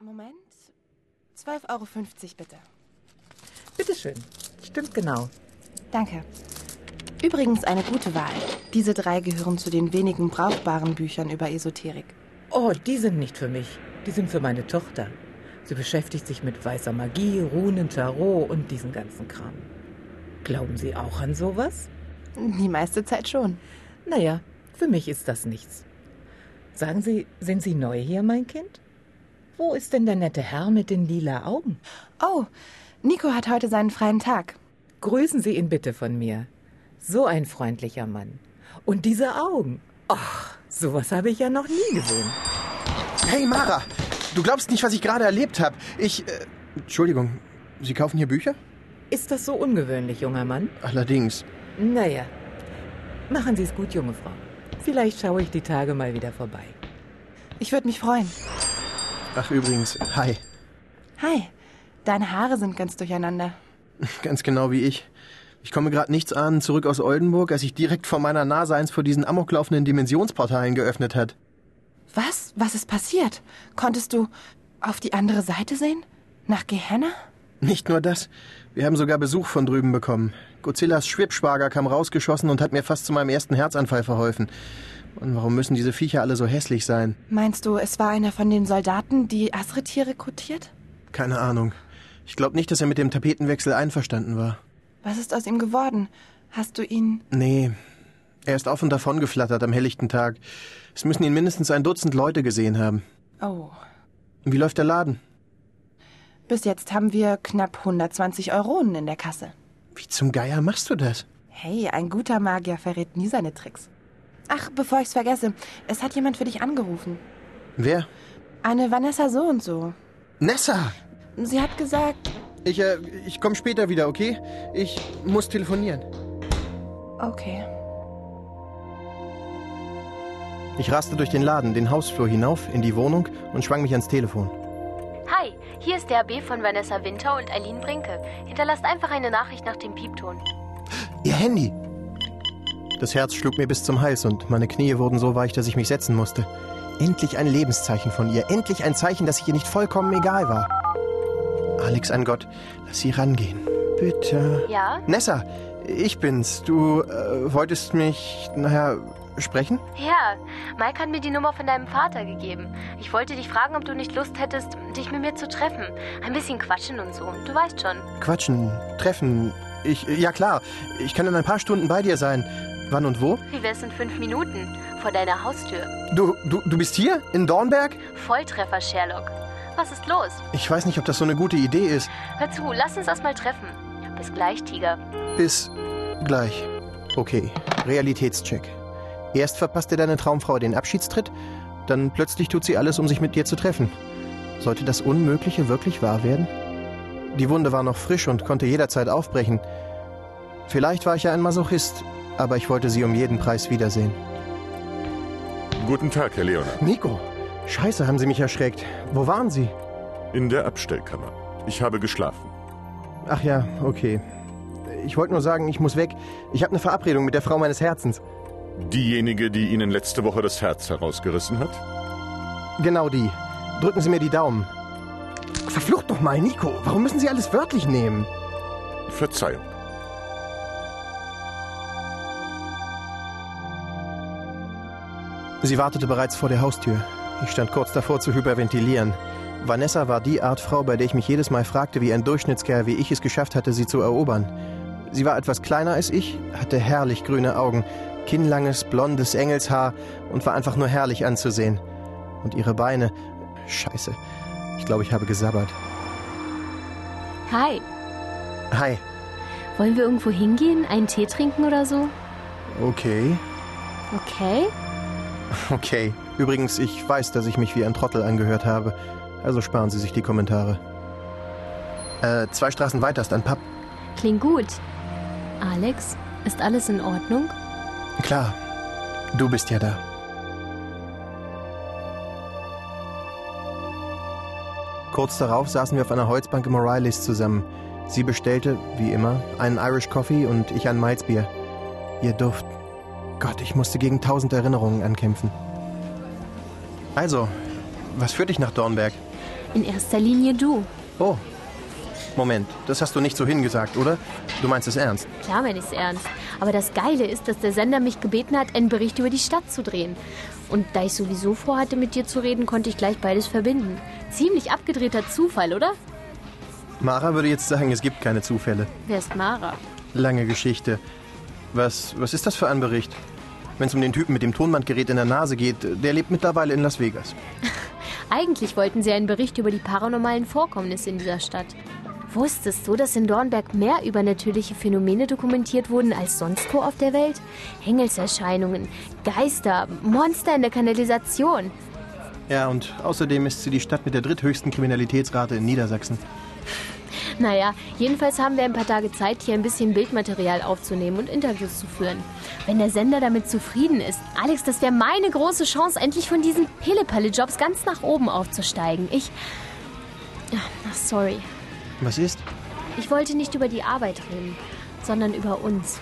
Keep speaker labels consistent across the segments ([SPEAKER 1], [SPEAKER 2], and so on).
[SPEAKER 1] Moment. 12,50 Euro bitte.
[SPEAKER 2] Bitteschön. Stimmt genau.
[SPEAKER 1] Danke. Übrigens eine gute Wahl. Diese drei gehören zu den wenigen brauchbaren Büchern über Esoterik.
[SPEAKER 2] Oh, die sind nicht für mich. Die sind für meine Tochter. Sie beschäftigt sich mit weißer Magie, Runen, Tarot und diesen ganzen Kram. Glauben Sie auch an sowas?
[SPEAKER 1] Die meiste Zeit schon.
[SPEAKER 2] Naja, für mich ist das nichts. Sagen Sie, sind Sie neu hier, mein Kind? Wo ist denn der nette Herr mit den lila Augen?
[SPEAKER 1] Oh, Nico hat heute seinen freien Tag.
[SPEAKER 2] Grüßen Sie ihn bitte von mir. So ein freundlicher Mann. Und diese Augen. Ach, sowas habe ich ja noch nie gesehen.
[SPEAKER 3] Hey Mara, du glaubst nicht, was ich gerade erlebt habe. Ich. Äh, Entschuldigung, Sie kaufen hier Bücher?
[SPEAKER 2] Ist das so ungewöhnlich, junger Mann?
[SPEAKER 3] Allerdings.
[SPEAKER 2] Naja, machen Sie es gut, junge Frau. Vielleicht schaue ich die Tage mal wieder vorbei.
[SPEAKER 1] Ich würde mich freuen.
[SPEAKER 3] Ach übrigens, hi.
[SPEAKER 1] Hi, deine Haare sind ganz durcheinander.
[SPEAKER 3] Ganz genau wie ich. Ich komme gerade nichts ahnend zurück aus Oldenburg, als sich direkt vor meiner Nase eins vor diesen amoklaufenden Dimensionsportalen geöffnet hat.
[SPEAKER 1] Was? Was ist passiert? Konntest du auf die andere Seite sehen? Nach Gehenna?
[SPEAKER 3] Nicht nur das. Wir haben sogar Besuch von drüben bekommen. Godzillas Schwippschwager kam rausgeschossen und hat mir fast zu meinem ersten Herzanfall verholfen. Und warum müssen diese Viecher alle so hässlich sein?
[SPEAKER 1] Meinst du, es war einer von den Soldaten, die Asrit hier rekrutiert?
[SPEAKER 3] Keine Ahnung. Ich glaube nicht, dass er mit dem Tapetenwechsel einverstanden war.
[SPEAKER 1] Was ist aus ihm geworden? Hast du ihn.
[SPEAKER 3] Nee. Er ist auf und davon geflattert am helllichten Tag. Es müssen ihn mindestens ein Dutzend Leute gesehen haben.
[SPEAKER 1] Oh.
[SPEAKER 3] Wie läuft der Laden?
[SPEAKER 1] Bis jetzt haben wir knapp 120 Euronen in der Kasse.
[SPEAKER 3] Wie zum Geier machst du das?
[SPEAKER 1] Hey, ein guter Magier verrät nie seine Tricks. Ach, bevor ich's vergesse, es hat jemand für dich angerufen.
[SPEAKER 3] Wer?
[SPEAKER 1] Eine Vanessa so und so.
[SPEAKER 3] Nessa!
[SPEAKER 1] Sie hat gesagt,
[SPEAKER 3] Ich, äh, ich komme später wieder, okay? Ich muss telefonieren.
[SPEAKER 1] okay.
[SPEAKER 3] Ich raste durch den Laden, den Hausflur hinauf, in die Wohnung und schwang mich ans Telefon.
[SPEAKER 4] Hi, hier ist der AB von Vanessa Winter und Eileen Brinke. Hinterlasst einfach eine Nachricht nach dem Piepton.
[SPEAKER 3] Ihr Handy! Das Herz schlug mir bis zum Hals und meine Knie wurden so weich, dass ich mich setzen musste. Endlich ein Lebenszeichen von ihr. Endlich ein Zeichen, dass ich ihr nicht vollkommen egal war. Alex, an Gott, lass sie rangehen. Bitte.
[SPEAKER 4] Ja?
[SPEAKER 3] Nessa, ich bin's. Du äh, wolltest mich, naja, sprechen?
[SPEAKER 4] Ja, Mike hat mir die Nummer von deinem Vater gegeben. Ich wollte dich fragen, ob du nicht Lust hättest, dich mit mir zu treffen. Ein bisschen quatschen und so. Du weißt schon.
[SPEAKER 3] Quatschen, treffen. Ich, ja klar, ich kann in ein paar Stunden bei dir sein. Wann und wo?
[SPEAKER 4] Wie wär's in fünf Minuten? Vor deiner Haustür.
[SPEAKER 3] Du, du, du bist hier? In Dornberg?
[SPEAKER 4] Volltreffer, Sherlock. Was ist los?
[SPEAKER 3] Ich weiß nicht, ob das so eine gute Idee ist.
[SPEAKER 4] Hör zu, lass uns erstmal treffen. Bis gleich, Tiger.
[SPEAKER 3] Bis gleich. Okay, Realitätscheck. Erst verpasst dir deine Traumfrau den Abschiedstritt, dann plötzlich tut sie alles, um sich mit dir zu treffen. Sollte das Unmögliche wirklich wahr werden? Die Wunde war noch frisch und konnte jederzeit aufbrechen. Vielleicht war ich ja ein Masochist, aber ich wollte sie um jeden Preis wiedersehen.
[SPEAKER 5] Guten Tag, Herr Leonard.
[SPEAKER 3] Nico, scheiße, haben sie mich erschreckt. Wo waren sie?
[SPEAKER 5] In der Abstellkammer. Ich habe geschlafen.
[SPEAKER 3] Ach ja, okay. Ich wollte nur sagen, ich muss weg. Ich habe eine Verabredung mit der Frau meines Herzens.
[SPEAKER 5] Diejenige, die Ihnen letzte Woche das Herz herausgerissen hat?
[SPEAKER 3] Genau die. Drücken Sie mir die Daumen. Verflucht doch mal, Nico. Warum müssen Sie alles wörtlich nehmen?
[SPEAKER 5] Verzeihung.
[SPEAKER 3] Sie wartete bereits vor der Haustür. Ich stand kurz davor zu hyperventilieren. Vanessa war die Art Frau, bei der ich mich jedes Mal fragte, wie ein Durchschnittskerl wie ich es geschafft hatte, sie zu erobern. Sie war etwas kleiner als ich, hatte herrlich grüne Augen, kinnlanges, blondes Engelshaar und war einfach nur herrlich anzusehen. Und ihre Beine. Scheiße. Ich glaube, ich habe gesabbert.
[SPEAKER 4] Hi,
[SPEAKER 3] Hi.
[SPEAKER 4] wollen wir irgendwo hingehen? Einen Tee trinken oder so?
[SPEAKER 3] Okay.
[SPEAKER 4] Okay.
[SPEAKER 3] Okay. Übrigens, ich weiß, dass ich mich wie ein Trottel angehört habe. Also sparen Sie sich die Kommentare. Äh, zwei Straßen weiter ist ein Pub.
[SPEAKER 4] Klingt gut. Alex, ist alles in Ordnung?
[SPEAKER 3] Klar. Du bist ja da. Kurz darauf saßen wir auf einer Holzbank im O'Reillys zusammen. Sie bestellte, wie immer, einen Irish Coffee und ich ein Malzbier. Ihr Duft. Gott, ich musste gegen tausend Erinnerungen ankämpfen. Also, was führt dich nach Dornberg?
[SPEAKER 6] In erster Linie du.
[SPEAKER 3] Oh. Moment, das hast du nicht so hingesagt, oder? Du meinst es ernst.
[SPEAKER 6] Klar meine ich's ernst. Aber das Geile ist, dass der Sender mich gebeten hat, einen Bericht über die Stadt zu drehen. Und da ich sowieso vorhatte, mit dir zu reden, konnte ich gleich beides verbinden. Ziemlich abgedrehter Zufall, oder?
[SPEAKER 3] Mara würde jetzt sagen, es gibt keine Zufälle.
[SPEAKER 6] Wer ist Mara?
[SPEAKER 3] Lange Geschichte. Was, was ist das für ein Bericht? Wenn es um den Typen mit dem Tonbandgerät in der Nase geht, der lebt mittlerweile in Las Vegas.
[SPEAKER 6] Eigentlich wollten sie einen Bericht über die paranormalen Vorkommnisse in dieser Stadt. Wusstest du, dass in Dornberg mehr übernatürliche Phänomene dokumentiert wurden als sonst wo auf der Welt? Engelserscheinungen, Geister, Monster in der Kanalisation.
[SPEAKER 3] Ja, und außerdem ist sie die Stadt mit der dritthöchsten Kriminalitätsrate in Niedersachsen.
[SPEAKER 6] Naja, jedenfalls haben wir ein paar Tage Zeit, hier ein bisschen Bildmaterial aufzunehmen und Interviews zu führen. Wenn der Sender damit zufrieden ist, Alex, das wäre meine große Chance, endlich von diesen Pillepalle-Jobs ganz nach oben aufzusteigen. Ich. Ach, sorry.
[SPEAKER 3] Was ist?
[SPEAKER 6] Ich wollte nicht über die Arbeit reden, sondern über uns.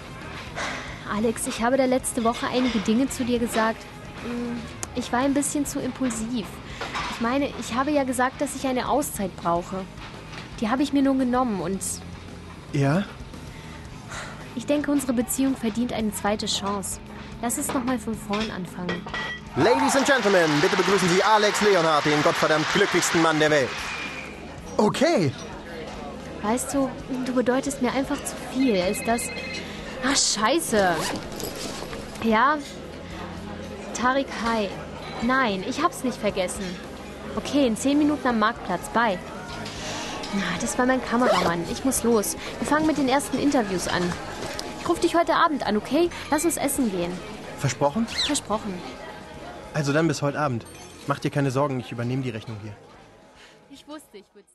[SPEAKER 6] Alex, ich habe da letzte Woche einige Dinge zu dir gesagt. Mm, Ich war ein bisschen zu impulsiv. Ich meine, ich habe ja gesagt, dass ich eine Auszeit brauche. Die habe ich mir nun genommen und
[SPEAKER 3] Ja?
[SPEAKER 6] ich denke, unsere Beziehung verdient eine zweite Chance. Lass es nochmal von vorn anfangen.
[SPEAKER 3] Ladies and Gentlemen, bitte begrüßen Sie Alex Leonhardt, den gottverdammt glücklichsten Mann der Welt. Okay.
[SPEAKER 6] Weißt du, du bedeutest mir einfach zu viel. Ist das. Ach, scheiße. Ja. Tarik Hai. Nein, ich hab's nicht vergessen. Okay, in zehn Minuten am Marktplatz. Bye. Na, das war mein Kameramann. Oh Ich muss los. Wir fangen mit den ersten Interviews an. Ich rufe dich heute Abend an, okay? Lass uns essen gehen.
[SPEAKER 3] Versprochen?
[SPEAKER 6] Versprochen.
[SPEAKER 3] Also dann bis heute Abend. Mach dir keine Sorgen, ich übernehme die Rechnung hier.
[SPEAKER 6] Ich wusste, ich würde